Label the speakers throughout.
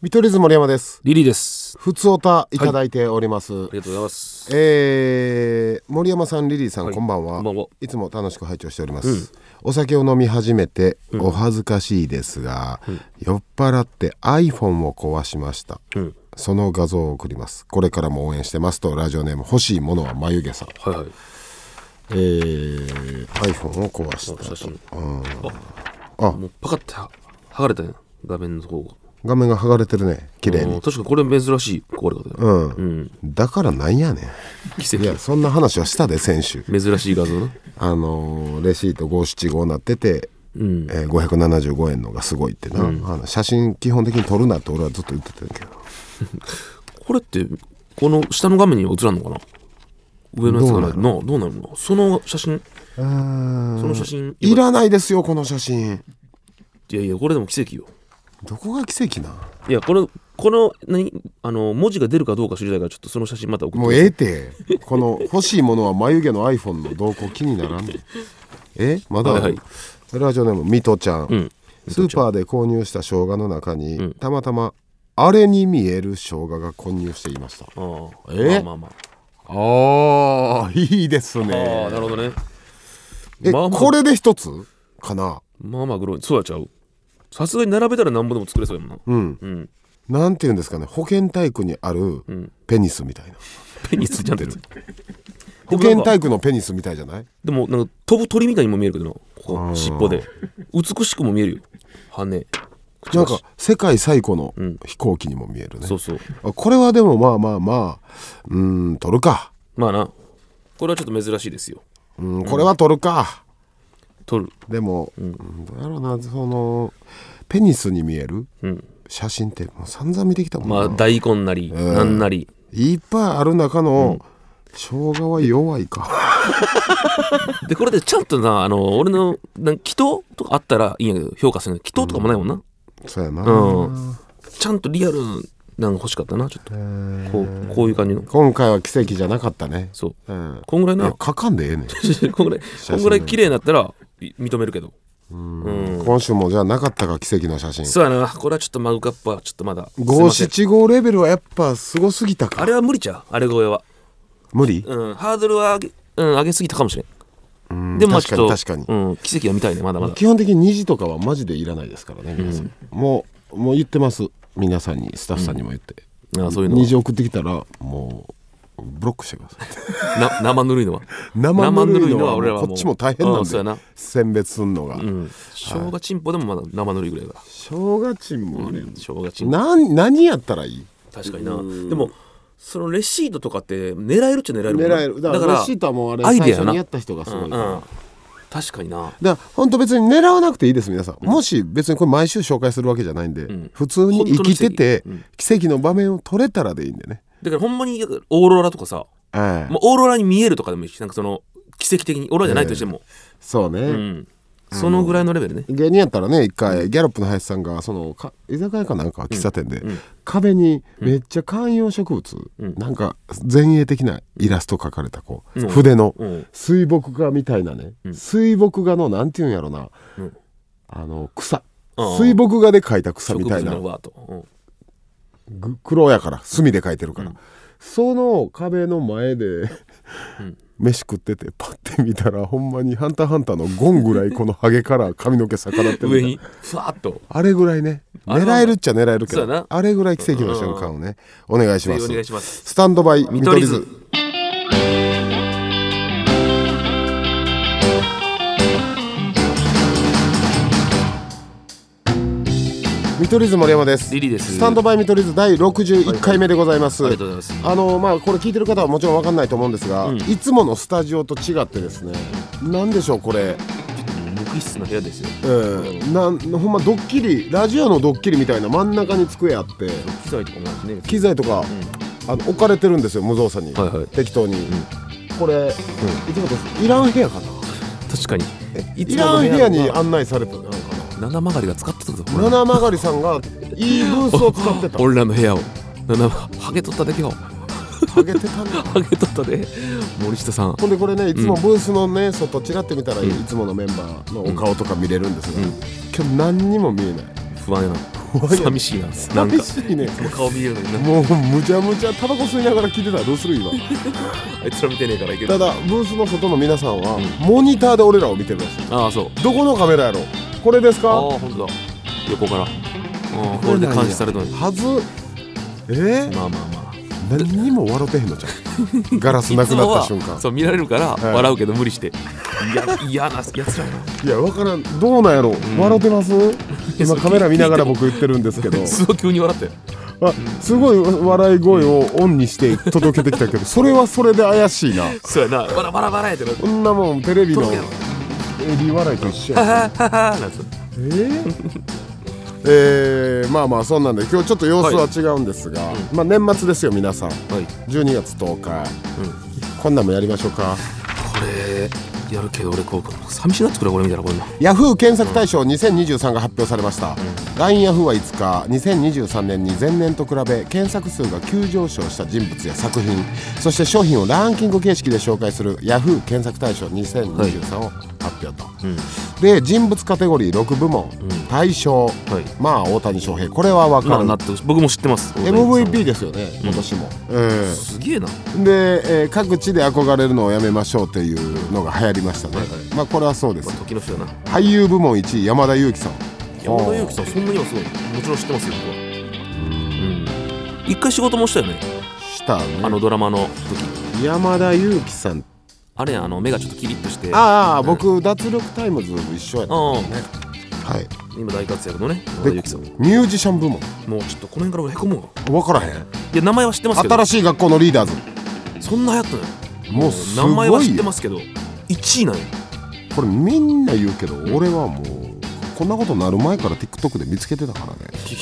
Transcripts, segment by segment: Speaker 1: 見取り図森山です
Speaker 2: リリーです。
Speaker 1: ふつおたいただいております、
Speaker 2: ありがとうございます。
Speaker 1: えー森山さんリリーさん、
Speaker 2: はい
Speaker 1: こんばんは
Speaker 2: こんばんはい
Speaker 1: つも楽しく拝聴しております、お酒を飲み始めてお恥ずかしいですが、酔っ払って iPhone を壊しました、
Speaker 2: うん。
Speaker 1: その画像を送りますこれからも応援してますとラジオネーム欲しいものは眉毛さん、
Speaker 2: はいはい。
Speaker 1: えー、iPhone を壊し
Speaker 2: 写
Speaker 1: た
Speaker 2: 真。
Speaker 1: あ
Speaker 2: もうパカっては剥がれたね。画面の方が。
Speaker 1: 画面が剥がれてるね綺麗
Speaker 2: うん
Speaker 1: に
Speaker 2: 確かこれ珍しい壊れ方だよ。
Speaker 1: うん、
Speaker 2: うん。
Speaker 1: だからなんやね
Speaker 2: 奇
Speaker 1: んい
Speaker 2: 跡
Speaker 1: や。そんな話はしたで先週
Speaker 2: 珍しい画像な。
Speaker 1: あのーレシート575なってて、
Speaker 2: うん。
Speaker 1: えー575円のがすごいってな、あの写真基本的に撮るなって俺はずっと言ってたんやけど
Speaker 2: これって、この下の画面には映らんのかな上のやつがないなどうなるのその写真、その写真、
Speaker 1: いらないですよこの写真
Speaker 2: いやいや、これでも奇跡よ。
Speaker 1: どこが奇跡ない
Speaker 2: や、この、この、何あの、文字が出るかどうか知りたいから、ちょっとその写真また送って
Speaker 1: もうええてこの欲しいものは眉毛の iPhone の動向気にならんのえまだある、
Speaker 2: はいは
Speaker 1: ラジオネームミトちゃん、
Speaker 2: うん。
Speaker 1: スーパーで購入した生姜の中に、たまたまあれに見える生姜が混入していました
Speaker 2: ああ、
Speaker 1: え
Speaker 2: まあまあま
Speaker 1: あーいいです
Speaker 2: あ。ああ、
Speaker 1: ね
Speaker 2: なるほどね。
Speaker 1: え、
Speaker 2: まあまあ
Speaker 1: これで一つかな
Speaker 2: まあまあグロいそうやちゃうさすがに並べたらなんぼでも作れそうやもんな
Speaker 1: うん
Speaker 2: うん
Speaker 1: なんていうんですかね保健体育にある
Speaker 2: ん
Speaker 1: ペニスみたいな、
Speaker 2: ペニスじゃんで
Speaker 1: 保健体育のペニスみたいじゃない
Speaker 2: でもなんか飛ぶ鳥みたいにも見えるけどなこう尻尾で美しくも見えるよ羽くち
Speaker 1: なん
Speaker 2: ばし
Speaker 1: か世界最古の
Speaker 2: ん
Speaker 1: 飛行機にも見えるね、
Speaker 2: そうそう
Speaker 1: あこれはでもまあまあまあうーん取るか
Speaker 2: まあなこれはちょっと珍しいですよ
Speaker 1: うんこれは取るか、
Speaker 2: 撮る
Speaker 1: でも、うんどうやろうなそのペニスに見える
Speaker 2: うん
Speaker 1: 写真ってもう散々見てきたもんな、
Speaker 2: まあ大根なりなんなり
Speaker 1: いっぱいある中の、生姜は弱い か
Speaker 2: でこれでちゃんとなあの俺のなん祈祷とかあったらいいんやけど評価するんやけど祈祷とかもないもんな
Speaker 1: そうやな、
Speaker 2: うんちゃんとリアルなんか欲しかったなちょっとこうこういう感じの
Speaker 1: 今回は奇跡じゃなかったね
Speaker 2: そう
Speaker 1: うん
Speaker 2: こんぐらい
Speaker 1: いや
Speaker 2: な
Speaker 1: 書かんでええねん
Speaker 2: こんぐらい、こんぐらい綺麗になったらい認めるけど。うん。
Speaker 1: 今週もじゃあなかったか奇跡の写真
Speaker 2: そうやな、これはちょっとマグカップはちょっとまだ。すい
Speaker 1: 五
Speaker 2: ません
Speaker 1: 七五レベルはやっぱすごすぎた
Speaker 2: あ
Speaker 1: か
Speaker 2: れは無理ちゃう、あれ超えは。
Speaker 1: 無理
Speaker 2: うん、ハードルは上げ、うん、上げすぎたかもしれん。でもまあちょっと、
Speaker 1: 確かに確
Speaker 2: うん、奇跡は見たいね、まだまだ。
Speaker 1: 基本的に2時とかはマジでいらないですからね皆さん、もうもう言ってます皆さんにスタッフさんにも言って、
Speaker 2: ああそういうの
Speaker 1: 2時送ってきたらもうブロックしてください
Speaker 2: な生ぬるいのは。
Speaker 1: 生ぬるいのは
Speaker 2: 俺らはもう
Speaker 1: こっちも大変な
Speaker 2: うんんそう
Speaker 1: で
Speaker 2: やな。
Speaker 1: 選別すんのが、
Speaker 2: うん。生姜チンポでもまだ生ぬるいぐらいだか
Speaker 1: 生姜チンもあれ
Speaker 2: ら。生姜チンポ。
Speaker 1: なん何やったらいい
Speaker 2: 確かにな。でも、そのレシートとかって狙えるっちゃ狙えるもんな
Speaker 1: 狙えるだからレシートはもうあれ最初にやった人がすごいから、
Speaker 2: うんうん確かにな。
Speaker 1: だから本当別に狙わなくていいです皆さん、もし別にこれ毎週紹介するわけじゃないんで、
Speaker 2: ん
Speaker 1: 普通に生きてて
Speaker 2: 本当の
Speaker 1: 奇跡の場面を取れたらでいいんでね、
Speaker 2: だからほんまにオーロラとかさ、
Speaker 1: ええ
Speaker 2: まあ、オーロラに見えるとかでもいいしなんかその奇跡的にオーロラじゃないとしても、
Speaker 1: そうね、
Speaker 2: うん、そのぐらいのレベルね
Speaker 1: 芸人やったらね一回ギャロップの林さんがそのか居酒屋かなんか喫茶店で、
Speaker 2: ん
Speaker 1: 壁にめっちゃ観葉植物、
Speaker 2: うん
Speaker 1: なんか前衛的なイラスト描かれたこう、
Speaker 2: うん
Speaker 1: 筆の
Speaker 2: うん
Speaker 1: 水墨画みたいなね、
Speaker 2: ん
Speaker 1: 水墨画のなんていうんやろな、
Speaker 2: うん
Speaker 1: あの草
Speaker 2: ああ
Speaker 1: 水墨画で描いた草
Speaker 2: 植
Speaker 1: み
Speaker 2: 物
Speaker 1: たい
Speaker 2: の
Speaker 1: な
Speaker 2: わーと、うん
Speaker 1: ぐ黒やから墨で描いてるから、その壁の前で、飯食っててパッて見たらほんまに「ハンターハンター」のゴンぐらいこのハゲから髪の毛逆立ってるみたい
Speaker 2: 上
Speaker 1: な
Speaker 2: にふわーっと
Speaker 1: あれぐらいね
Speaker 2: あれ
Speaker 1: 狙えるっちゃ狙えるけ
Speaker 2: そうや
Speaker 1: ど
Speaker 2: な
Speaker 1: あれぐらい奇跡の瞬間をねお願いし
Speaker 2: ぜ
Speaker 1: ま
Speaker 2: ひお
Speaker 1: す
Speaker 2: 願いします
Speaker 1: スタンドバイ見
Speaker 2: 見
Speaker 1: 取り
Speaker 2: 取り
Speaker 1: 図
Speaker 2: 図
Speaker 1: 見取り図森山です
Speaker 2: リリーです
Speaker 1: スタンドバイ見取り図第61回目でございます、
Speaker 2: ありがとうございます
Speaker 1: あのまあこれ聞いてる方はもちろんわかんないと思うんですが、いつものスタジオと違ってですねなんでしょうこれ、
Speaker 2: 無機質な部屋ですよ
Speaker 1: えー、なんほんまドッキリラジオのドッキリみたいな真ん中に机あって
Speaker 2: 機材とかもあるしね
Speaker 1: 機材とか、あの置かれてるんですよ無造作に、
Speaker 2: はいはい
Speaker 1: 適当に、これ、いつもといらん部屋かな
Speaker 2: 確かにい
Speaker 1: いらん部屋に
Speaker 2: の
Speaker 1: 案内されてたのか
Speaker 2: 七曲がりが使ってたぞ
Speaker 1: な七曲りさんがいいブースを使ってた
Speaker 2: 俺らの部屋を七曲ハゲ取っただけよ
Speaker 1: ハゲてたんだ
Speaker 2: ハゲ取ったで森下さん
Speaker 1: ほんでこれねいつもブースのね、外ちらって見たらいつものメンバーのお顔とか見れるんですが、今日何にも見えない
Speaker 2: 不安やな
Speaker 1: 安や
Speaker 2: 寂しいななん
Speaker 1: 寂
Speaker 2: か
Speaker 1: しいね
Speaker 2: その顔見えるのにな
Speaker 1: もうむちゃむちゃタバコ吸いながら聞いてたらどうする今
Speaker 2: あいつら見てねえからいける
Speaker 1: ただブースの外の皆さんは、
Speaker 2: う
Speaker 1: モニターで俺らを見てるらし
Speaker 2: ああそう
Speaker 1: いどこのカメラやろこれです
Speaker 2: あ
Speaker 1: か
Speaker 2: あ本当だ横からうんこれで監視されたのにま
Speaker 1: はずえー、
Speaker 2: あまあまあ
Speaker 1: 何にも笑ってへんのじゃ んガラスなくなった瞬
Speaker 2: いつもは
Speaker 1: 間
Speaker 2: そう見られるから
Speaker 1: はい
Speaker 2: 笑うけど無理していや嫌なやつらやない
Speaker 1: や分からんどうなんやろ、
Speaker 2: ん
Speaker 1: 笑ってます
Speaker 2: そ
Speaker 1: 今
Speaker 2: う
Speaker 1: カメラ見ながら僕言ってるんですけど
Speaker 2: すごい急に笑ったよ
Speaker 1: あすごい笑い声をオンにして届けてきたけどそれはそれで怪しい な
Speaker 2: そうやなバラバラバラやってなって
Speaker 1: こんなもんテレビの
Speaker 2: 届けろ
Speaker 1: AD 笑いと一緒や
Speaker 2: ははははなんつう
Speaker 1: えーえーまあまあそんなんで今日ちょっと様子は違うんですが、まあ年末ですよ皆さん
Speaker 2: はい
Speaker 1: 12月10日
Speaker 2: うん
Speaker 1: こんなんもやりましょうか
Speaker 2: これやるけど俺こう寂しなってくるこれみたいなこんな
Speaker 1: ヤフー検索大賞2023が発表されました LINE ヤフーは5日2023年に前年と比べ検索数が急上昇した人物や作品そして商品をランキング形式で紹介するヤフー検索大賞2023を発表と、
Speaker 2: うん
Speaker 1: で人物カテゴリー6部門、大賞、
Speaker 2: い
Speaker 1: まあ大谷翔平これは分か
Speaker 2: まあ
Speaker 1: る
Speaker 2: 納得僕も知ってます
Speaker 1: MVP ですよね今年も、ええ
Speaker 2: すげえな
Speaker 1: で、えー各地で憧れるのをやめましょうというのが流行りましたね、
Speaker 2: はいはい
Speaker 1: まあこれはそうです
Speaker 2: まあ時の人だな
Speaker 1: 俳優部門1位山田裕貴さん
Speaker 2: 山田裕貴さんそんなにはすごいもちろん知ってますよ僕はうん一回仕事もしたよね
Speaker 1: したね
Speaker 2: あのドラマの時
Speaker 1: 山田裕貴さん
Speaker 2: あれやあの目がちょっとキリッとして
Speaker 1: ああ、
Speaker 2: うん
Speaker 1: 僕脱力タイムズも一緒やった
Speaker 2: うん
Speaker 1: はい
Speaker 2: 今大活躍のね山田
Speaker 1: で
Speaker 2: 裕貴さん
Speaker 1: ミュージシャン部門
Speaker 2: もうちょっとこの辺から俺へこむわ
Speaker 1: 分からへん
Speaker 2: いや名前は知ってますけど
Speaker 1: 新しい学校のリーダーズ
Speaker 2: そんな流行ったのよ
Speaker 1: もうす
Speaker 2: 名前は
Speaker 1: ご
Speaker 2: 知っ
Speaker 1: い
Speaker 2: て
Speaker 1: よ
Speaker 2: ますけど1位なんよ
Speaker 1: これみんな言うけど俺はもうこんなことなる前から TikTok で見つけてたからね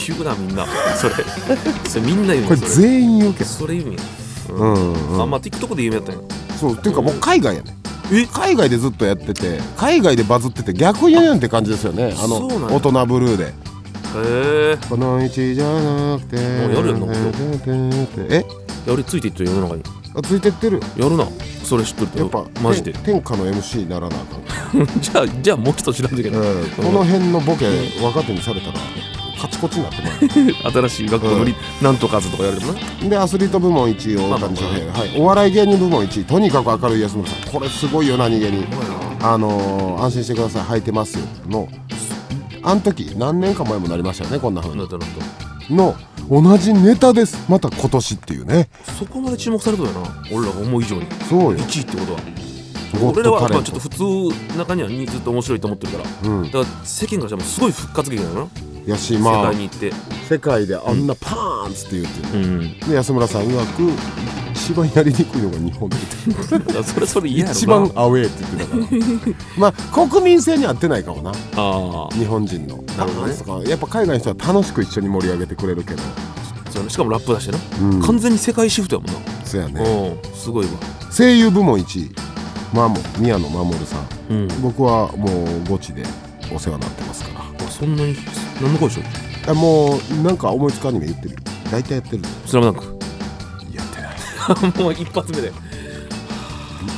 Speaker 2: 言うなみんなそれ それみんな言う
Speaker 1: こ
Speaker 2: ね
Speaker 1: れ
Speaker 2: それ
Speaker 1: 全員言うけど
Speaker 2: それ言うんや
Speaker 1: う
Speaker 2: うん
Speaker 1: うん
Speaker 2: あまあ TikTok で有名やったんや
Speaker 1: そうっていうかもう海外やね
Speaker 2: え
Speaker 1: 海外でずっとやってて海外でバズってて逆輸入って感じですよねあの
Speaker 2: そうなんや
Speaker 1: 大人ブルーで
Speaker 2: へえ
Speaker 1: この位置じゃなくて
Speaker 2: うやるよな
Speaker 1: え
Speaker 2: やりついていってる世の中に
Speaker 1: あついてってる
Speaker 2: やるなそれ知っとるけ
Speaker 1: や
Speaker 2: ど
Speaker 1: っぱ
Speaker 2: マジで
Speaker 1: 天天下の MC にならなあかん、
Speaker 2: じゃあじゃあもうちょっと知らんといけない
Speaker 1: うんこの辺のボケ若手にされたらカチコチになってま
Speaker 2: 新しい学校のりなんとかずとかやるでもな
Speaker 1: うでアスリート部門1位大谷翔平、はい、お笑い芸人部門1位とにかく明るい安村さんこれすごいよ何気にあのー安心してください履いてますよのあの時何年か前もなりましたよねこんな風に
Speaker 2: なっとなっ
Speaker 1: の同じネタですまた今年っていうね
Speaker 2: とそこまで注目されたよな俺らが思う以上に
Speaker 1: そうよ
Speaker 2: 1位ってことは
Speaker 1: ゴッ
Speaker 2: 俺ら
Speaker 1: ド
Speaker 2: は
Speaker 1: タ
Speaker 2: ま
Speaker 1: レ
Speaker 2: あ
Speaker 1: ン
Speaker 2: ちょ
Speaker 1: ト
Speaker 2: っと普通中にはずっと面白いと思ってるから
Speaker 1: うん
Speaker 2: だから世間からしたらもうすごい復活劇なのよ
Speaker 1: やし
Speaker 2: な世
Speaker 1: まあ
Speaker 2: 界に行って
Speaker 1: 世界であんなパーンっつって言うって
Speaker 2: うん
Speaker 1: で安村さん曰く一番やりにくいのが日本で
Speaker 2: だから それそれ嫌やろな
Speaker 1: 一番アウェーって言ってたから まあ国民性に合ってないかもな
Speaker 2: あ
Speaker 1: 日本人の
Speaker 2: なる
Speaker 1: パ
Speaker 2: ほどね
Speaker 1: ーンとかやっぱ海外の人は楽しく一緒に盛り上げてくれるけど
Speaker 2: あそうねしかもラップ出してな
Speaker 1: うん
Speaker 2: 完全に世界シフトやもんな
Speaker 1: そうやね
Speaker 2: うんすごいわ
Speaker 1: 声優部門1位マモ宮野真守さん
Speaker 2: うん
Speaker 1: 僕はもうゴチでお世話になってますから
Speaker 2: あそんなに何の声でしょ
Speaker 1: あもうなんか思いつかんにも言ってる大体やってる
Speaker 2: スラムダンク
Speaker 1: やってない
Speaker 2: もう一発目で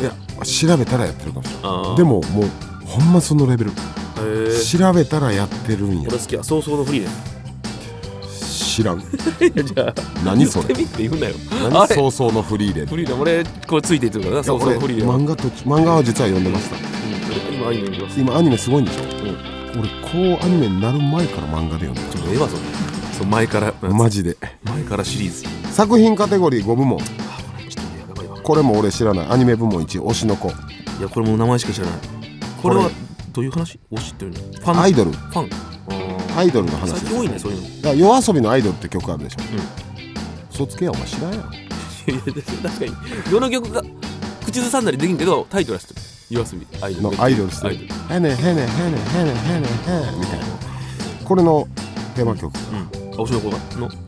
Speaker 1: いや調べたらやってるかもしれ
Speaker 2: あ
Speaker 1: な
Speaker 2: あ
Speaker 1: いでももうほんまそのレベル
Speaker 2: へー
Speaker 1: 調べたらやってるんや
Speaker 2: これ好きや早々のフリーね
Speaker 1: 知らん
Speaker 2: じゃあ
Speaker 1: 何それ
Speaker 2: 言ってみって言うなよあ
Speaker 1: 何
Speaker 2: れ
Speaker 1: 早々のフリーレン
Speaker 2: フリーだ俺これついていってるからない
Speaker 1: や
Speaker 2: 早々
Speaker 1: 俺
Speaker 2: のフリーだよ
Speaker 1: 漫画と漫画は実は読んでました
Speaker 2: うん今アニメ見てます
Speaker 1: 今アニメすごいんでしょ、
Speaker 2: ん
Speaker 1: 俺こうアニメになる前から漫画で読んで
Speaker 2: ちょっとええわそれそう前から
Speaker 1: たマジで
Speaker 2: 前からシリーズ
Speaker 1: 作品カテゴリー5部門
Speaker 2: あこれちょっとやばいわ
Speaker 1: これも俺知らないアニメ部門1位推しの子
Speaker 2: いやこれもう名前しか知らないこれは
Speaker 1: これ
Speaker 2: どういう話推しっていうのファン
Speaker 1: アイドル
Speaker 2: ファン
Speaker 1: アイドルの話で
Speaker 2: 最
Speaker 1: す
Speaker 2: 近多いねそういうの
Speaker 1: だから夜遊びのアイドルって曲あるでしょ、
Speaker 2: うん
Speaker 1: 嘘つけやお前知らんやろ
Speaker 2: いや確かにどの曲が口ずさんだりできんけどタイトルは知ってる夜遊びアイド
Speaker 1: の
Speaker 2: ル
Speaker 1: アイドルして
Speaker 2: ア
Speaker 1: る
Speaker 2: イドル
Speaker 1: 「へねへねへねへねへねへね」みたいなこれのテーマ曲
Speaker 2: うんあ推しの子が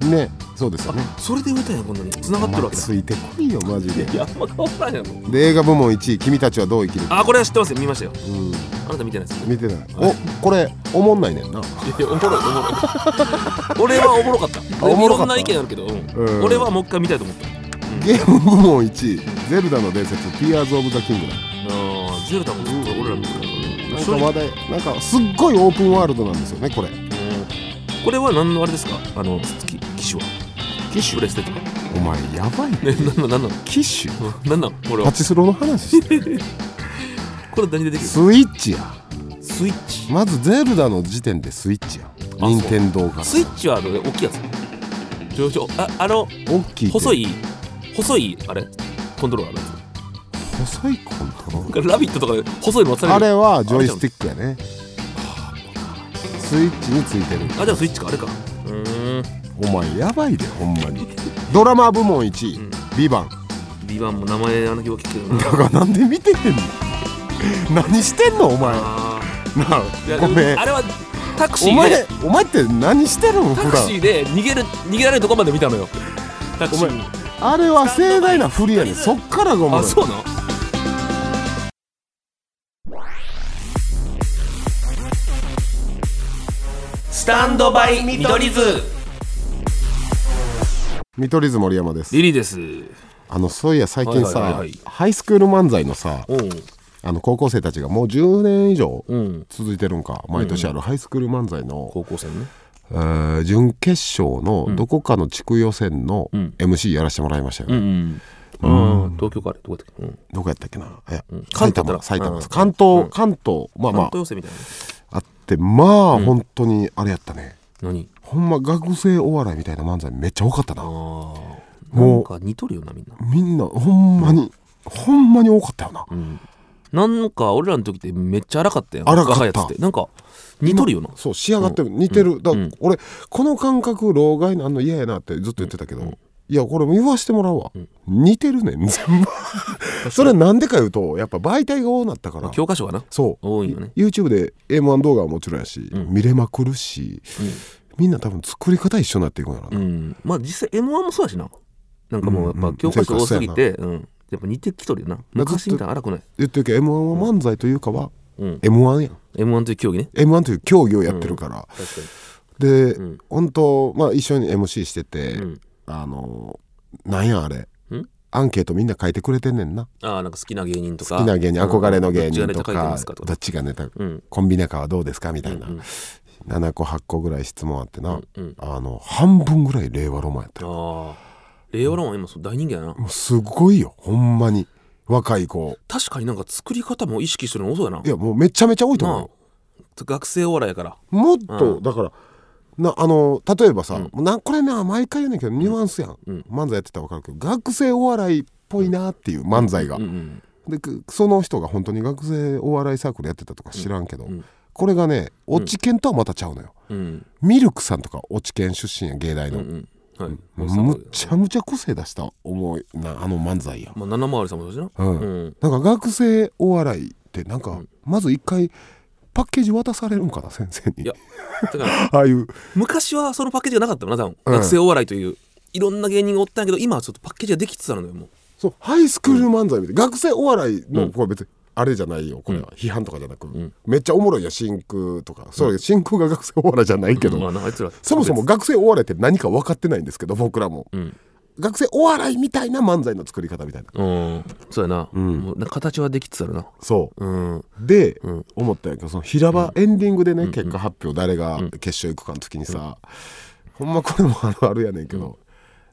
Speaker 2: の
Speaker 1: ねそうですよね
Speaker 2: あそれで歌えんこんなに繋がってる
Speaker 1: ま
Speaker 2: わ
Speaker 1: あ
Speaker 2: けだ
Speaker 1: ついてこいよマジで
Speaker 2: いやあんま変わらんやろ
Speaker 1: で映画部門1位「君たちはどう生きるか
Speaker 2: あこれは知ってますよ見ましたよ」
Speaker 1: うん
Speaker 2: あなた見てないですよね
Speaker 1: 見てないおこれおもんないねんない
Speaker 2: やいやおもろいおもろい俺はおもろかった
Speaker 1: おもろかった
Speaker 2: いろんな意見あるけど、うん
Speaker 1: うん
Speaker 2: 俺はもう一回見たいと思った
Speaker 1: ゲーム部門1位「ゼルダの伝説 Tears of the Kingdom
Speaker 2: あーゼルダもずっと俺ら見てたか
Speaker 1: なんか
Speaker 2: ら」正直
Speaker 1: 話題なんかすっごいオープンワールドなんですよねこれ
Speaker 2: うんこれは何のあれですかあのき機種は機種プレステとか
Speaker 1: お前やばい
Speaker 2: え
Speaker 1: ね
Speaker 2: 何なの何なの
Speaker 1: 機種
Speaker 2: 何なのこれ
Speaker 1: パ
Speaker 2: は
Speaker 1: チスロの話してる
Speaker 2: これ何でできる
Speaker 1: スイッチや
Speaker 2: スイッチ
Speaker 1: まずゼルダの時点でスイッチや
Speaker 2: あ
Speaker 1: 任天堂が
Speaker 2: スイッチはあの大きいやつちょちょああの
Speaker 1: 大きいけど
Speaker 2: 細い細いあれコントローラーのやつ
Speaker 1: 細いコントロー
Speaker 2: これラビットとかで細いの渡
Speaker 1: ラーあ
Speaker 2: され
Speaker 1: れ
Speaker 2: る
Speaker 1: はジョイスティックやねスイッチについてる
Speaker 2: あじゃあスイッチかあれかうーん
Speaker 1: お前やばいでほんまにドラマ部門1位
Speaker 2: うん
Speaker 1: 「ビバン
Speaker 2: B 版も名前あの日は聞ける
Speaker 1: だ か
Speaker 2: な
Speaker 1: らなんで見てへんの何してんのお前な
Speaker 2: あ
Speaker 1: あ
Speaker 2: ーいや
Speaker 1: ごめん
Speaker 2: あれはタクシ
Speaker 1: お
Speaker 2: ー
Speaker 1: 前
Speaker 2: で
Speaker 1: お前って何してるの
Speaker 2: タ
Speaker 1: 普
Speaker 2: ク
Speaker 1: 段
Speaker 2: シーで逃げる逃げられるとこまで見たのよタクシーに
Speaker 1: あれは盛大な振りやねんそっからごめん
Speaker 2: あそうなのスタンドバイ見取り図
Speaker 1: 見取り図森山です
Speaker 2: リリーです
Speaker 1: あのそういや最近
Speaker 2: はいはい
Speaker 1: さ
Speaker 2: はいはい
Speaker 1: ハイスクール漫才のさ
Speaker 2: おう
Speaker 1: あの高校生たちがもう10年以上
Speaker 2: うん
Speaker 1: 続いてるんか毎年あるハイスクール漫才の、
Speaker 2: 高校生のね
Speaker 1: えー準決勝のどこかの地区予選の
Speaker 2: うん
Speaker 1: MC やらせてもらいましたよね、
Speaker 2: んうんうん東京かあれどこだっけうん
Speaker 1: どこやったっけな、え埼
Speaker 2: 関東だった
Speaker 1: 玉
Speaker 2: ら
Speaker 1: 埼玉、
Speaker 2: うん
Speaker 1: 関東、関東まあま
Speaker 2: 関
Speaker 1: あ
Speaker 2: 東予選みたいなね
Speaker 1: あってまあ本当にあれやったね、
Speaker 2: 何
Speaker 1: ほんま学生お笑いみたいな漫才めっちゃ多かったな、
Speaker 2: ああな
Speaker 1: もうん
Speaker 2: か似とるよなみんな
Speaker 1: みんなほんまに、ほんまに多かったよな、
Speaker 2: うんなんか俺らの時ってめっちゃ荒かったよ
Speaker 1: 荒かった
Speaker 2: 若いやつってなんか似とるよな
Speaker 1: そう仕上がってる、似てる、だから
Speaker 2: うん
Speaker 1: 俺この感覚老害なんの嫌やなってずっと言ってたけど、いやこれも言わしてもらうわ、似てるね ん全部それなんでか言うとやっぱ媒体が多なったから
Speaker 2: 教科書がな
Speaker 1: そう
Speaker 2: 多いよね
Speaker 1: YouTube で M1 動画はもちろんやし、見れまくるし、みんな多分作り方一緒になっていくんやろな、
Speaker 2: うんまあ実際 m 1もそうだしななんかもうやっぱ教科書多すぎて、うんやっぱ似てきとるよな昔みたいな荒くない、
Speaker 1: 言ってるけど M1 は漫才というかは
Speaker 2: うん、
Speaker 1: M1 やん
Speaker 2: m 1という競技ね
Speaker 1: M1 という競技をやってるから、
Speaker 2: 確かに
Speaker 1: で、
Speaker 2: ん
Speaker 1: 本当まあ一緒に MC してて、
Speaker 2: うん
Speaker 1: あのなんやあれ
Speaker 2: ん
Speaker 1: アンケートみんな書いてくれてんねんな
Speaker 2: ああなんか好きな芸人とか
Speaker 1: 好きな芸人憧れの芸人と
Speaker 2: どっちがネタ書いて
Speaker 1: か
Speaker 2: ますかと
Speaker 1: ど
Speaker 2: か
Speaker 1: っちがネタ
Speaker 2: うん
Speaker 1: コンビ仲はどうですかみたいな、
Speaker 2: うん
Speaker 1: 7個8個ぐらい質問あってな、
Speaker 2: うん
Speaker 1: あの半分ぐらい令和ロマンやったよ
Speaker 2: ああ令和ロマン今そう大人気やな
Speaker 1: もうすごいよほんまに若い子
Speaker 2: 確かになんか作り方も意識してるの遅いない
Speaker 1: やもうめちゃめちゃ多いと思う
Speaker 2: なあ
Speaker 1: よ
Speaker 2: 学生お笑いやから
Speaker 1: もっと、
Speaker 2: うん
Speaker 1: だからなあの例えばさ、なこれな毎回言うねんけどニュアンスやん、
Speaker 2: うん
Speaker 1: 漫才やってたら分かるけど学生お笑いっぽいなっていう漫才が、
Speaker 2: うんうん
Speaker 1: でくその人が本当に学生お笑いサークルやってたとか知らんけど、
Speaker 2: ん
Speaker 1: これがねオチケンとはまたちゃうのよ、
Speaker 2: うん
Speaker 1: ミルクさんとかオチケン出身や芸大
Speaker 2: う
Speaker 1: の、
Speaker 2: んうんはい
Speaker 1: むっちゃむちゃ個性出した思いなあの漫才やん、
Speaker 2: まあ七回りさんもそうだしな
Speaker 1: うん
Speaker 2: うん
Speaker 1: なんか学生お笑いってなんか、まず一回パッケージ渡されるんかな先生
Speaker 2: い
Speaker 1: に
Speaker 2: やだから
Speaker 1: ああいう
Speaker 2: 昔はそのパッケージがなかったもんな多分、
Speaker 1: うん
Speaker 2: 学生お笑いといういろんな芸人がおったんやけど今はちょっとパッケージができつつあるのよもう
Speaker 1: そうハイスクール漫才みたいな、学生お笑いのこれ別にあれじゃないよこれは、批判とかじゃなく、めっちゃおもろいや真空とかそれ真空が学生お笑いじゃないけど、
Speaker 2: まあなあいつら
Speaker 1: そもそも学生お笑いって何か分かってないんですけど僕らも、
Speaker 2: ん
Speaker 1: 学生お笑いみたいな漫才の作り方みたいな
Speaker 2: うんそうやな,、もうなんか形はできつつあるな
Speaker 1: そ
Speaker 2: うん
Speaker 1: うで、
Speaker 2: ん
Speaker 1: 思ったんやけどその平場、エンディングでね、結果発表誰が決勝行くかの時にさ、ほんまこれもあるあるやねんけど、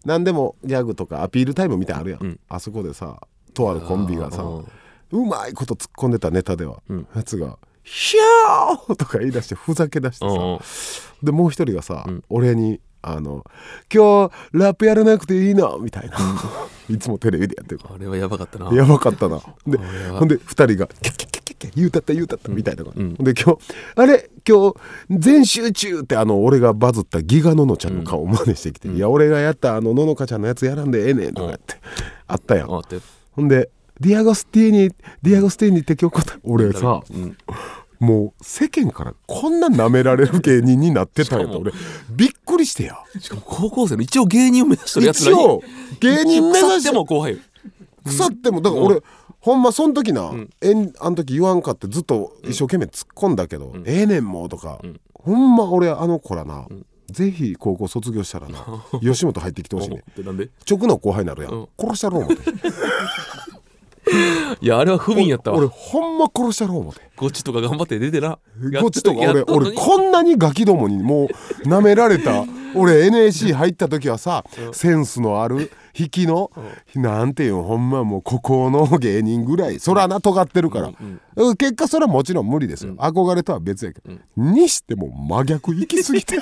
Speaker 1: 何でもギャグとかアピールタイムみたいなのあるやん、あそこでさとあるコンビがさ
Speaker 2: うん
Speaker 1: うまいこと突っ込んでたネタでは、やつが「ひゃー!」とか言い出してふざけ出してさ、
Speaker 2: うん
Speaker 1: でもう一人がさ、俺にあの「今日ラップやらなくていいな」みたいないつもテレビでやってるか
Speaker 2: あれはやばかったな
Speaker 1: らやばかったなで
Speaker 2: れは
Speaker 1: ほんで2人が「キャキャキャキャキャ言うたった言うたった」みたいな、で今日「あれ今日全集中」ってあの俺がバズったギガののちゃんの顔を真似してきて「いや俺がやったあのののかちゃんのやつやらんでええねん」とかやって、あったやん
Speaker 2: あって
Speaker 1: ほんで「ディアゴスティーニディアゴスティーニって曲答え俺さ、もう世間からこんな舐められる芸人になってたんやと俺びっくりしてや
Speaker 2: しかも高校生の一応芸人を目指してるやつら
Speaker 1: 一
Speaker 2: に
Speaker 1: 応芸人目
Speaker 2: 腐
Speaker 1: 指
Speaker 2: っ
Speaker 1: して
Speaker 2: ても後輩
Speaker 1: 腐ってもだから俺、ほんまその時な、えんあの時言わんかってずっと一生懸命突っ込んだけど「ええねんもう」とか、ほんま俺あの子らな、ぜひ高校卒業したら な吉本入ってきてほしいね
Speaker 2: ってなんで
Speaker 1: 直の後輩になるやん、
Speaker 2: うん
Speaker 1: 殺したろう思って
Speaker 2: いやあれは不憫やった
Speaker 1: 俺
Speaker 2: わ
Speaker 1: ほんま殺したろう思て
Speaker 2: ゴチとか頑張って出てな
Speaker 1: こっちとか
Speaker 2: や
Speaker 1: 俺
Speaker 2: っとんの
Speaker 1: 俺
Speaker 2: に
Speaker 1: こんなにガキどもにもう舐められた俺 NAC 入った時はさセンスのある引きのなんていうんほんまもう孤高の芸人ぐらいそらな尖ってるから結果それはもちろん無理ですよ憧れとは別やけどにしても真逆行き過ぎて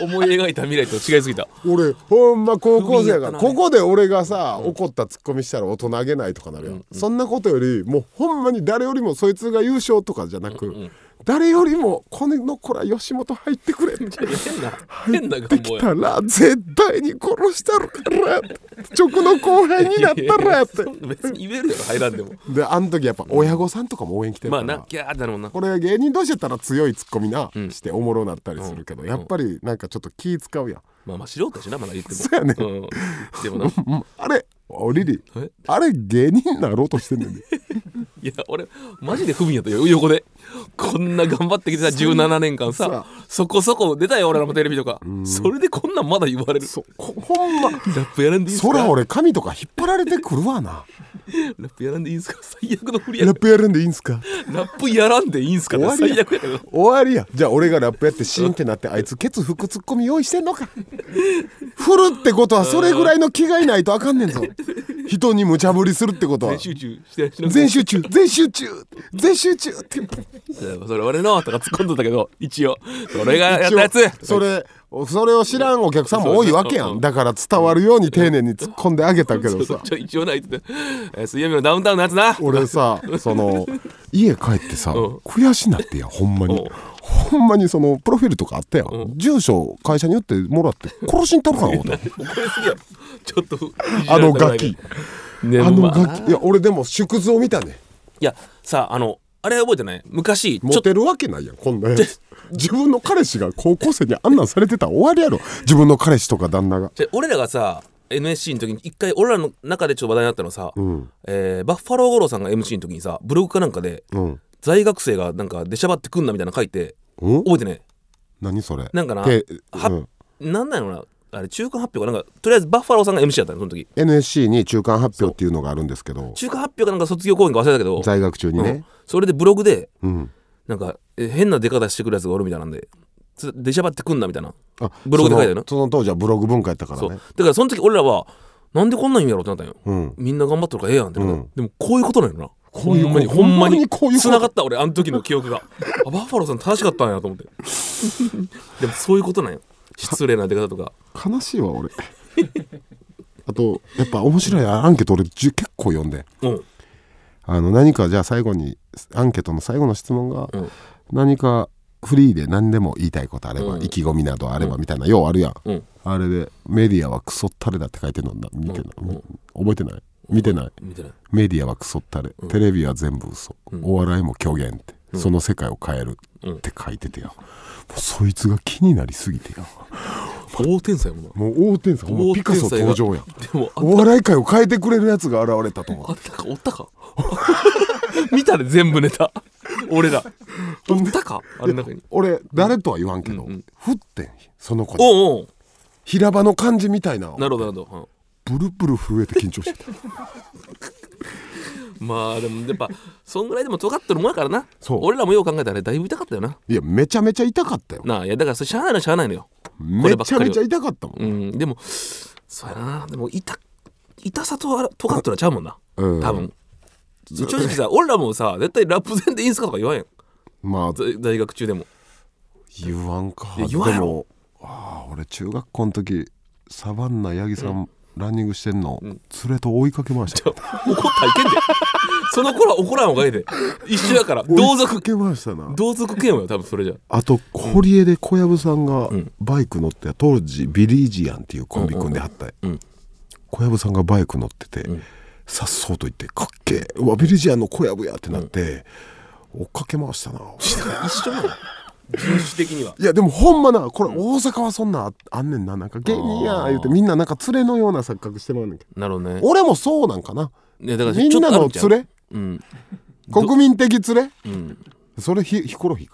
Speaker 2: 思い描いた未来と違いすぎた
Speaker 1: 俺ほんま高校生やか
Speaker 2: 不憫やったな
Speaker 1: ら
Speaker 2: あれ
Speaker 1: ここで俺がさ怒ったツッコミしたら大人げないとかなるやんそんなことよりもうほんまに誰よりもそいつが優勝とかじゃなく誰よりもこの子ら吉本入ってくれって
Speaker 2: 変な変 な願
Speaker 1: で
Speaker 2: 望
Speaker 1: き
Speaker 2: や
Speaker 1: たら絶対に殺したるから直の後輩になったらって
Speaker 2: そんな別に言えるやろ入らんでも
Speaker 1: であの時やっぱ親御さんとかも応援来てる
Speaker 2: ま
Speaker 1: か
Speaker 2: あ
Speaker 1: ら、
Speaker 2: なギャーってなるもんな
Speaker 1: これ芸人同士やったら強いツッコミな、しておもろなったりするけど、やっぱりなんかちょっと気使うやん、
Speaker 2: まあまあ素人やしなまだ言っても
Speaker 1: そうやね
Speaker 2: うんでもな
Speaker 1: うん あれおリリ
Speaker 2: え
Speaker 1: あれ芸人になろうとしてんねんで
Speaker 2: いや俺マジで不憫やったよ横でこんな頑張ってきてた17年間さ
Speaker 1: さ
Speaker 2: そこそこ出たよ俺らもテレビとかそれでこんなんまだ言われる
Speaker 1: そうこ ほんま
Speaker 2: ラップやらんでいいんす
Speaker 1: そ
Speaker 2: から
Speaker 1: 俺髪とか引っ張られてくるわな
Speaker 2: ラップやらんでいいんすか最悪の振りや
Speaker 1: ラ
Speaker 2: ラ
Speaker 1: ップやるんでいいんす か
Speaker 2: ップやらんでいいんすかって
Speaker 1: 終わり
Speaker 2: 最
Speaker 1: や
Speaker 2: 悪やけど
Speaker 1: 終わりやじゃあ俺がラップやってシーンってなってあいつケツ服ツッコミ用意してんのか振るってことはそれぐらいの気概ないとあかんねん ぞ人に無茶ぶりするってことは
Speaker 2: 集中してやしな
Speaker 1: 全集中全集中全集中って
Speaker 2: それ俺のとか突っ込んどったけど一応それがやったやつ
Speaker 1: それそれを知らんお客さんも多いわけや
Speaker 2: うん
Speaker 1: んだから伝わるように丁寧に突っ込んであげたけど
Speaker 2: そう
Speaker 1: さ
Speaker 2: ちょ一応ないって言ってえー水曜日のダウンタウンのやつな
Speaker 1: 俺さその家帰ってさ
Speaker 2: うん
Speaker 1: 悔しなってやほんま
Speaker 2: うん
Speaker 1: にほんまにそのプロフィールとかあったやん住所会社に言ってもらって殺しにたるかな思 って
Speaker 2: 怒りすぎやろちょっと
Speaker 1: あのガキ
Speaker 2: ね
Speaker 1: あの
Speaker 2: ま
Speaker 1: ガキいや俺でも縮図を見たね
Speaker 2: いやさああのあれ覚えてない昔ちょっ
Speaker 1: モ
Speaker 2: と
Speaker 1: テるわけないやんこんなやつ自分の彼氏が高校生にあんなんされてたら終わりやろ自分の彼氏とか旦那が
Speaker 2: じゃあ俺らがさ NSC の時に一回俺らの中でちょっと話題になったのさ、えーバッファロー五郎さんが MC の時にさブログかなんかで、
Speaker 1: うん
Speaker 2: 在学生がなんか出しゃばってくんなみたいなの書いて
Speaker 1: うん
Speaker 2: 覚えてね
Speaker 1: 何それ
Speaker 2: なんかな
Speaker 1: て
Speaker 2: は
Speaker 1: うん
Speaker 2: なんなんやろなあれ中間発表かなんかとりあえずバッファローさんが MC だったのその時
Speaker 1: NSC に中間発表っていうのがあるんですけど
Speaker 2: 中間発表かなんか卒業公演か忘れたけど
Speaker 1: 在学中に
Speaker 2: うん
Speaker 1: ね
Speaker 2: それでブログで
Speaker 1: うん
Speaker 2: なんかえ変な出方してくるやつがおるみたいなんでつ出しゃばってくんなみたいな
Speaker 1: あ
Speaker 2: ブログで書いてある
Speaker 1: そ
Speaker 2: の
Speaker 1: のその当時はブログ文化やったか
Speaker 2: そう
Speaker 1: ら
Speaker 2: だ
Speaker 1: ね
Speaker 2: からその時俺らはなんでこんなん言うんやろってなったんよ、
Speaker 1: うん
Speaker 2: みんな頑張っとるからええやんってなった、
Speaker 1: うん
Speaker 2: でもこういうことなんやろな
Speaker 1: こういう
Speaker 2: ほ
Speaker 1: こ
Speaker 2: ん
Speaker 1: と
Speaker 2: まにほん
Speaker 1: ほん
Speaker 2: ま
Speaker 1: ま
Speaker 2: に
Speaker 1: にこういうこと
Speaker 2: 繋がった俺あの時の記憶があバッファローさん正しかったんやと思ってでもそういうことなんよ失礼な出方とか
Speaker 1: 悲しいわ俺 あとやっぱ面白いアンケート俺じゅ結構読んで
Speaker 2: うん
Speaker 1: あの何かじゃあ最後にアンケートの最後の質問が、
Speaker 2: うん
Speaker 1: 何かフリーで何でも言いたいことあれば、意気込みなどあればみたいな、ようあるやん、
Speaker 2: うん
Speaker 1: あれでメディアはクソったれだって書いてるのな見てな、覚えてない見てない
Speaker 2: みたいな
Speaker 1: メディアはクソったれ、テレビは全部嘘、お笑いも虚言って、その世界を変えるって書いててよ、もうそいつが気になりすぎてよ
Speaker 2: 大天才やもんな
Speaker 1: もう大天才ほんまピカソ
Speaker 2: 大天才が
Speaker 1: 登場やん
Speaker 2: でもあ
Speaker 1: お笑い界を変えてくれるやつが現れたと
Speaker 2: あ
Speaker 1: 思
Speaker 2: ったかおったか 見たで全部ネタ俺らおったかあれの中
Speaker 1: う
Speaker 2: に
Speaker 1: 俺誰とは言わんけど、ふってんその子に
Speaker 2: おうお
Speaker 1: 平場の感じみたいな
Speaker 2: うなるほどなるほど、
Speaker 1: ブルブル震えて緊張してた
Speaker 2: うんまあでもや っぱそんぐらいでも尖ってるもんやからな
Speaker 1: そう
Speaker 2: 俺らもよう考えたらだいぶ痛かったよない
Speaker 1: やめちゃめちゃ痛かったよ
Speaker 2: なあいやだからそれしゃあないのはしゃあないのよこれ
Speaker 1: め
Speaker 2: ばっ
Speaker 1: ち
Speaker 2: か
Speaker 1: ゃ
Speaker 2: り
Speaker 1: め
Speaker 2: は
Speaker 1: ちゃ痛かったもん
Speaker 2: うんでもそうやなでも痛痛さとあら尖ってのはちゃうもんな、
Speaker 1: うん
Speaker 2: 多分正直さ俺らもさ絶対ラップ全でいいんすかとか言わんやん
Speaker 1: まあ
Speaker 2: 在在学中でも
Speaker 1: 言わんか
Speaker 2: いや言わんやろ
Speaker 1: でもああ俺中学校の時サバンナ八木さん、ランニングしてんの、連れと追いかけました
Speaker 2: 怒ったらいけん でその頃は怒らんほうがええで一緒やから同
Speaker 1: 追い
Speaker 2: 族
Speaker 1: かけましたな
Speaker 2: 同族嫌悪よ多分それじゃ
Speaker 1: あと堀江で小籔さんがバイク乗って当時ビリージアンっていうコンビ組んではった
Speaker 2: うん
Speaker 1: 小籔さんがバイク乗っててさっそうと言って「かっけえうわビリージアンの小籔や」ってなって追っかけ回したな
Speaker 2: 一緒なの人種的にはい
Speaker 1: やでもほんまなこれ大阪はそんなんああんねんななんか芸人や言うてみんななんか連れのような錯覚してまうねんけど
Speaker 2: なるほどね
Speaker 1: 俺もそうなんかな
Speaker 2: ねだから
Speaker 1: みんなの
Speaker 2: ちょっとあるんちゃ
Speaker 1: 連れ
Speaker 2: ううん
Speaker 1: 国民的連れ
Speaker 2: うん
Speaker 1: それヒヒコロヒ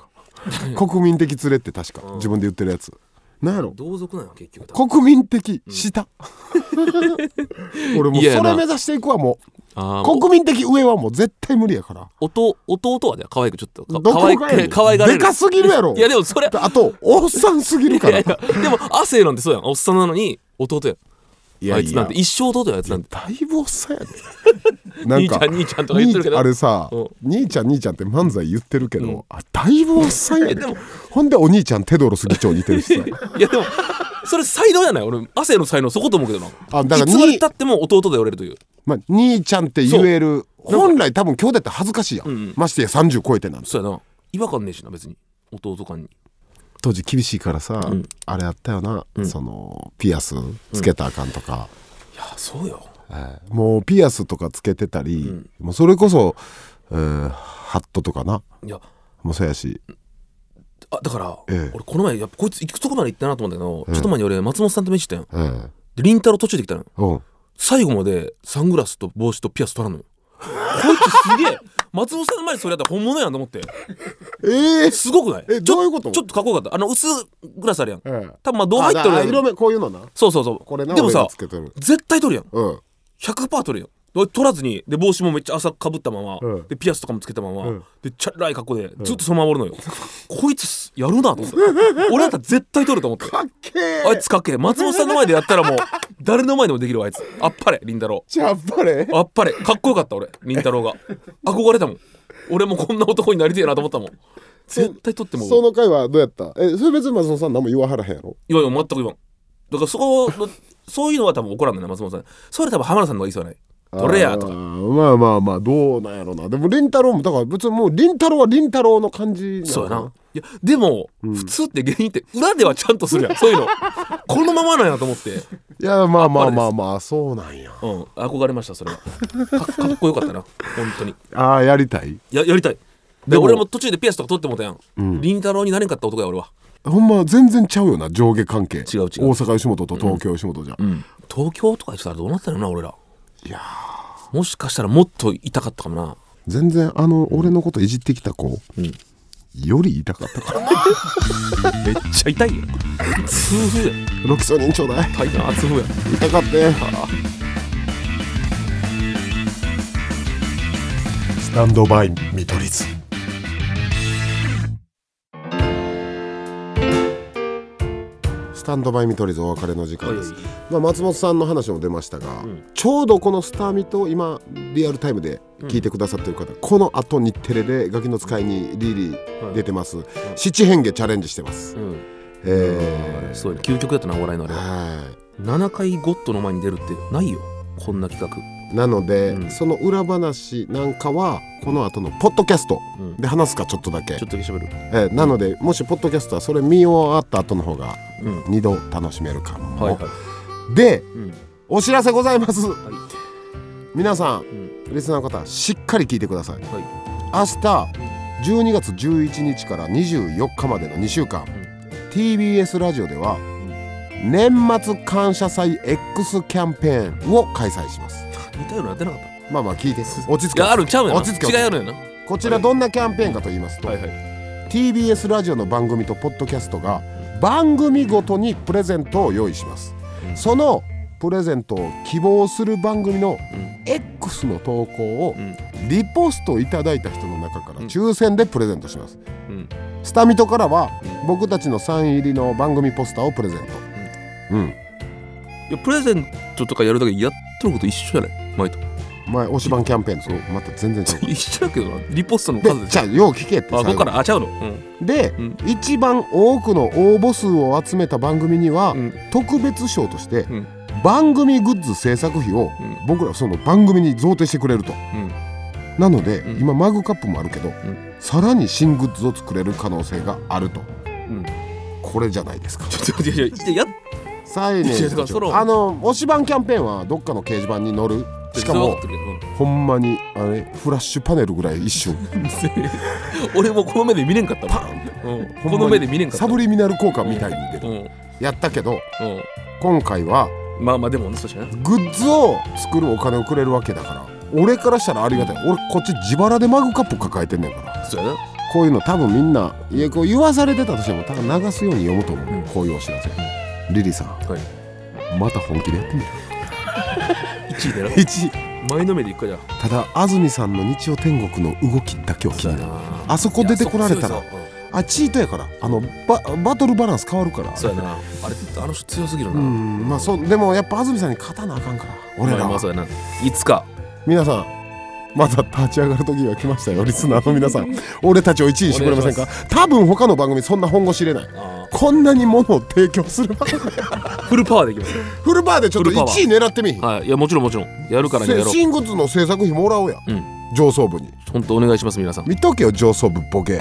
Speaker 1: ーか国民的連れって確か自分で言ってるやつなんやろ
Speaker 2: 同族なの結局
Speaker 1: 国民的下、俺もう
Speaker 2: いや
Speaker 1: そ
Speaker 2: な
Speaker 1: れ目指していくわもう
Speaker 2: あー
Speaker 1: 国民的上はもう絶対無理やから
Speaker 2: お弟弟はね可愛くちょっとか
Speaker 1: どこ
Speaker 2: 可
Speaker 1: が
Speaker 2: 愛
Speaker 1: やね
Speaker 2: く
Speaker 1: ん
Speaker 2: 可愛がれ
Speaker 1: で
Speaker 2: る
Speaker 1: かすぎるやろ
Speaker 2: いやでもそれ
Speaker 1: あとおっさんすぎる
Speaker 2: い
Speaker 1: か
Speaker 2: や
Speaker 1: ら
Speaker 2: いやでも亜生なんてそうやんおっさんなのに弟や
Speaker 1: いや
Speaker 2: あ
Speaker 1: い
Speaker 2: い
Speaker 1: や
Speaker 2: つなんて一生弟やあいつなんて
Speaker 1: だいぶおっさんやで
Speaker 2: 兄ちゃん兄ちゃんとか言ってるけど
Speaker 1: 兄あれさ
Speaker 2: うん
Speaker 1: 兄ちゃん兄ちゃんって漫才言ってるけど、
Speaker 2: うん
Speaker 1: あだいぶおっさんやで
Speaker 2: えでも
Speaker 1: ほんでお兄ちゃんテドロス議長似てるし さ
Speaker 2: いやでもそれ才能やない俺亜生の才能そこと思うけどな
Speaker 1: あだから
Speaker 2: いつまでたっても弟でおれるという
Speaker 1: まあ、兄ちゃんって言える本来多分兄弟って恥ずかしいやん、
Speaker 2: うんうん
Speaker 1: ましてや30超えてなんて
Speaker 2: そうやな違和感ねえしな別に弟間に
Speaker 1: 当時厳しいからさ、
Speaker 2: うん
Speaker 1: あれあったよな、
Speaker 2: うん
Speaker 1: そのピアスつけたらあかんとか、
Speaker 2: いやそうよ
Speaker 1: えーもうピアスとかつけてたり、
Speaker 2: うん
Speaker 1: もうそれこそ、えーハットとかない
Speaker 2: や
Speaker 1: もうそうやし
Speaker 2: あだから、
Speaker 1: ええ
Speaker 2: 俺この前やっぱこいつ行くとこまで行ったなと思うんだけど、ちょっと前に俺松本さんと飯行ったよ
Speaker 1: えー
Speaker 2: で凛太郎途中で来たのよ
Speaker 1: うん
Speaker 2: 最後までサングラスと帽子とピアス取らんのよこいつす げえ松本さんの前でそれやったら本物やんと思って
Speaker 1: えー
Speaker 2: すごくない
Speaker 1: えどういうこと
Speaker 2: ちょっとかっこよかったあの薄グラスあるやん、
Speaker 1: えー
Speaker 2: 多分まあどう入ってる
Speaker 1: あ
Speaker 2: や
Speaker 1: 色
Speaker 2: ん
Speaker 1: 目こういうのな
Speaker 2: そうそうそう
Speaker 1: これな
Speaker 2: でも
Speaker 1: 俺
Speaker 2: さ
Speaker 1: がつけてる
Speaker 2: 絶対取るやん
Speaker 1: うん
Speaker 2: 100%取るやん取らずにで帽子もめっちゃ浅く被ったまま、
Speaker 1: うん
Speaker 2: でピアスとかもつけたまま、
Speaker 1: うん
Speaker 2: でチャラい格好でずっとそのままおるのよ、こいつやるなと思って俺だったら絶対取ると思って
Speaker 1: かっけ
Speaker 2: あい
Speaker 1: え
Speaker 2: つかっけえ松本さんの前でやったらもう誰の前でもできるわあいつあっぱれ凛太郎
Speaker 1: じゃあっぱれ
Speaker 2: あっぱれかっこよかった俺凛太郎が憧れたもん俺もこんな男になりてえなと思ったもん絶対取っても
Speaker 1: その回はどうやったえそれ別に松本さん何も言わはらへんやろ
Speaker 2: いやいや全く言わんだからそこのそういうのは多分怒らんのよ松本さんそれ多分浜田さんの方がいいそうやないどれやと
Speaker 1: あー
Speaker 2: か
Speaker 1: まあまあまあどうなんやろなでも凛太郎もだから別にもう凛太郎は凛太郎の感じの
Speaker 2: そうやないやでも、普通って芸人って裏ではちゃんとするやんそういうのこのままなんやと思って
Speaker 1: いやまあまあまあまあそうなんや
Speaker 2: うん憧れましたそれはかかっこよかったな本当に
Speaker 1: ああやりたい
Speaker 2: ややりたいで
Speaker 1: でも
Speaker 2: 俺も途中でピアスとか取ってもうたやん、凛太郎になれんかった男や俺は
Speaker 1: ほんま全然ちゃうよな上下関係
Speaker 2: 違う違う
Speaker 1: 大阪吉本と東京吉本じゃ、
Speaker 2: 東京とか行ってたらどうなってたのな俺らいやもしかしたらもっと痛かったかもな
Speaker 1: 全然あの俺のこといじってきた子、より痛かったから
Speaker 2: めっちゃ痛いよ痛風や
Speaker 1: ロキソニンちょうだい
Speaker 2: 痛いな痛風や
Speaker 1: 痛かったよスタンドバイ見取り図スタンドバイ見取り図お別れの時間です、
Speaker 2: はい
Speaker 1: まあ、松本さんの話も出ましたが、ちょうどこのスターミトを今リアルタイムで聞いてくださってる方、この後日テレでガキの使いにリリー出てます、七変化チャレンジしてます、
Speaker 2: うん
Speaker 1: えー
Speaker 2: すごい究極だったなお笑いのあれは
Speaker 1: はい
Speaker 2: 7回ゴッドの前に出るってないよこんな企画
Speaker 1: なので、
Speaker 2: うん
Speaker 1: その裏話なんかはこの後のポッドキャスト
Speaker 2: うん
Speaker 1: で話すかちょっとだけ、
Speaker 2: ちょっとだけ喋る
Speaker 1: えーなのでもしポッドキャストはそれ見終わった後の方が
Speaker 2: うん
Speaker 1: 2度楽しめるかも、
Speaker 2: はいはい
Speaker 1: で
Speaker 2: うん
Speaker 1: お知らせございます
Speaker 2: は
Speaker 1: 皆さ
Speaker 2: いうん
Speaker 1: んリスナーの方しっかり聞いてください
Speaker 2: はい
Speaker 1: 明日12月11日から24日までの2週間、TBS ラジオでは年末感謝祭 X キャンペーンを開催します
Speaker 2: 似たようなやってなかったい
Speaker 1: まあまあ聞いて落ち着け
Speaker 2: やあるんちゃうやん
Speaker 1: 落ち着け
Speaker 2: 違いあるんやな
Speaker 1: こちらどんなキャンペーンかと言いますと、
Speaker 2: はいはい
Speaker 1: TBS ラジオの番組とポッドキャストが番組ごとにプレゼントを用意しますそのプレゼントを希望する番組の
Speaker 2: うん
Speaker 1: X の投稿を
Speaker 2: うん
Speaker 1: リポストいただいた人の中から
Speaker 2: うん
Speaker 1: 抽選でプレゼントします
Speaker 2: うん
Speaker 1: スタミトからは僕たちのサイン入りの番組ポスターをプレゼントうん
Speaker 2: いやプレゼントとかやるだけやっとること一緒やない毎度
Speaker 1: 前推しバンキャンペーンとまた全然違う
Speaker 2: 一緒やけどなリポストの
Speaker 1: で
Speaker 2: 数で
Speaker 1: じゃあよう聞けって
Speaker 2: あこ
Speaker 1: 最
Speaker 2: こ
Speaker 1: 後
Speaker 2: からあちゃうのうん
Speaker 1: で、
Speaker 2: うん
Speaker 1: 一番多くの応募数を集めた番組には、
Speaker 2: うん
Speaker 1: 特別賞として、
Speaker 2: うん
Speaker 1: 番組グッズ制作費を
Speaker 2: うん
Speaker 1: 僕らその番組に贈呈してくれると
Speaker 2: うん
Speaker 1: なので、
Speaker 2: うん
Speaker 1: 今マグカップもあるけど、
Speaker 2: ん
Speaker 1: さらに新グッズを作れる可能性があると
Speaker 2: うん
Speaker 1: これじゃないですか
Speaker 2: ちょっと待っていやいやいや
Speaker 1: 最
Speaker 2: いや
Speaker 1: 年
Speaker 2: だからその
Speaker 1: 長あの推しバンキャンペーンはどっかの掲示板に載るしかもほんまにあれフラッシュパネルぐらい一瞬
Speaker 2: 俺もこの目で見れんかった
Speaker 1: パ
Speaker 2: わ、
Speaker 1: ーンって
Speaker 2: うん、
Speaker 1: ほんまに
Speaker 2: この目で見れんかった
Speaker 1: サブリミナル効果みたいに出
Speaker 2: う
Speaker 1: る、
Speaker 2: ん
Speaker 1: やったけど
Speaker 2: うん
Speaker 1: 今回は
Speaker 2: まあまあでもねそうじゃない
Speaker 1: グッズを作るお金をくれるわけだから俺からしたらありがたい俺こっち自腹でマグカップ抱えてんねんから
Speaker 2: そうやな
Speaker 1: こういうの多分みんないやこう言わされてたとしても多分流すように読むと思う、
Speaker 2: うん
Speaker 1: こういうお知らせ、リリーさ
Speaker 2: はい
Speaker 1: んまた本気でやってみる
Speaker 2: 1位だよ
Speaker 1: 1
Speaker 2: 前のめり一回だ
Speaker 1: ただ安住さんの日曜天国の動きだけは気になる
Speaker 2: あ
Speaker 1: あそこ出てこられたら
Speaker 2: そうや
Speaker 1: あチートやからあのババトルバランス変わるから
Speaker 2: そうやなあれあの人強すぎる
Speaker 1: う
Speaker 2: な、
Speaker 1: んまあそうでもやっぱ安住さんに勝たなあかんから俺ら
Speaker 2: まあまあ
Speaker 1: は
Speaker 2: そうやないつか
Speaker 1: 皆さんまだ立ち上がる時が来ましたよリスナーの皆さ ん俺たちを1位にしてくれません
Speaker 2: お
Speaker 1: か多分他の番組そんな本腰入れない
Speaker 2: あ
Speaker 1: こんなにものを提供する
Speaker 2: ー フルパワーでいきますよ
Speaker 1: フルバーでちょっと
Speaker 2: フ
Speaker 1: 1
Speaker 2: ルパワー
Speaker 1: 位狙ってみひん
Speaker 2: はいいやもちろんもちろんやるからにはやろう
Speaker 1: 新月の制作費もらおうや
Speaker 2: うん
Speaker 1: 上層部に
Speaker 2: 本当お願いします皆さん
Speaker 1: 見とけよ上層部ボケ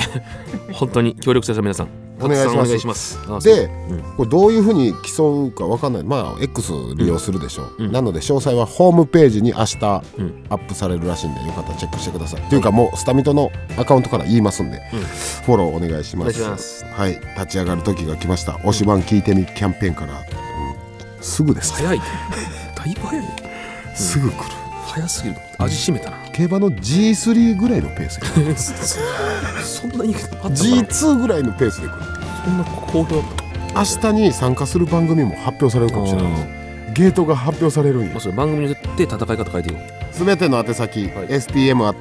Speaker 2: 本当に協力者の皆さんたくさんお願いしますあーそう
Speaker 1: でこれどういうふうに競うか分かんないまあ X 利用するでしょう、
Speaker 2: うん
Speaker 1: なので詳細はホームページに明日ア
Speaker 2: うん
Speaker 1: ップされるらしいんでよかったらチェックしてください、っていうかもうスタミトのアカウントから言いますんで、
Speaker 2: うん
Speaker 1: フォローお願いし
Speaker 2: お
Speaker 1: ま
Speaker 2: 願い
Speaker 1: す
Speaker 2: します
Speaker 1: はい立ち上がる時が来ました「推しバン聞いてみ」キャンペーンから、うんすぐです、
Speaker 2: 早いだいぶ早い
Speaker 1: すぐ来る
Speaker 2: 早すぎる味しめたな
Speaker 1: 競馬の G3 ぐらいのペースで来る
Speaker 2: そんなにあったかな
Speaker 1: G2 ぐらいのペースで来る
Speaker 2: そんな好評だった
Speaker 1: 明日に参加する番組も発表されるかもしれないですゲートが発表されるん
Speaker 2: まあ
Speaker 1: や
Speaker 2: それ番組によって戦い方変えてよ
Speaker 1: すべての宛先、
Speaker 2: はい
Speaker 1: stm.tbs.co.jp、
Speaker 2: は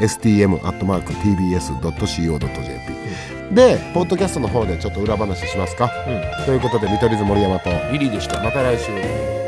Speaker 1: stm.tbs.co.jp でポッドキャストの方でちょっと裏話しますか、
Speaker 2: う
Speaker 1: ということで見取り図森山と
Speaker 2: リリーでした
Speaker 1: また来週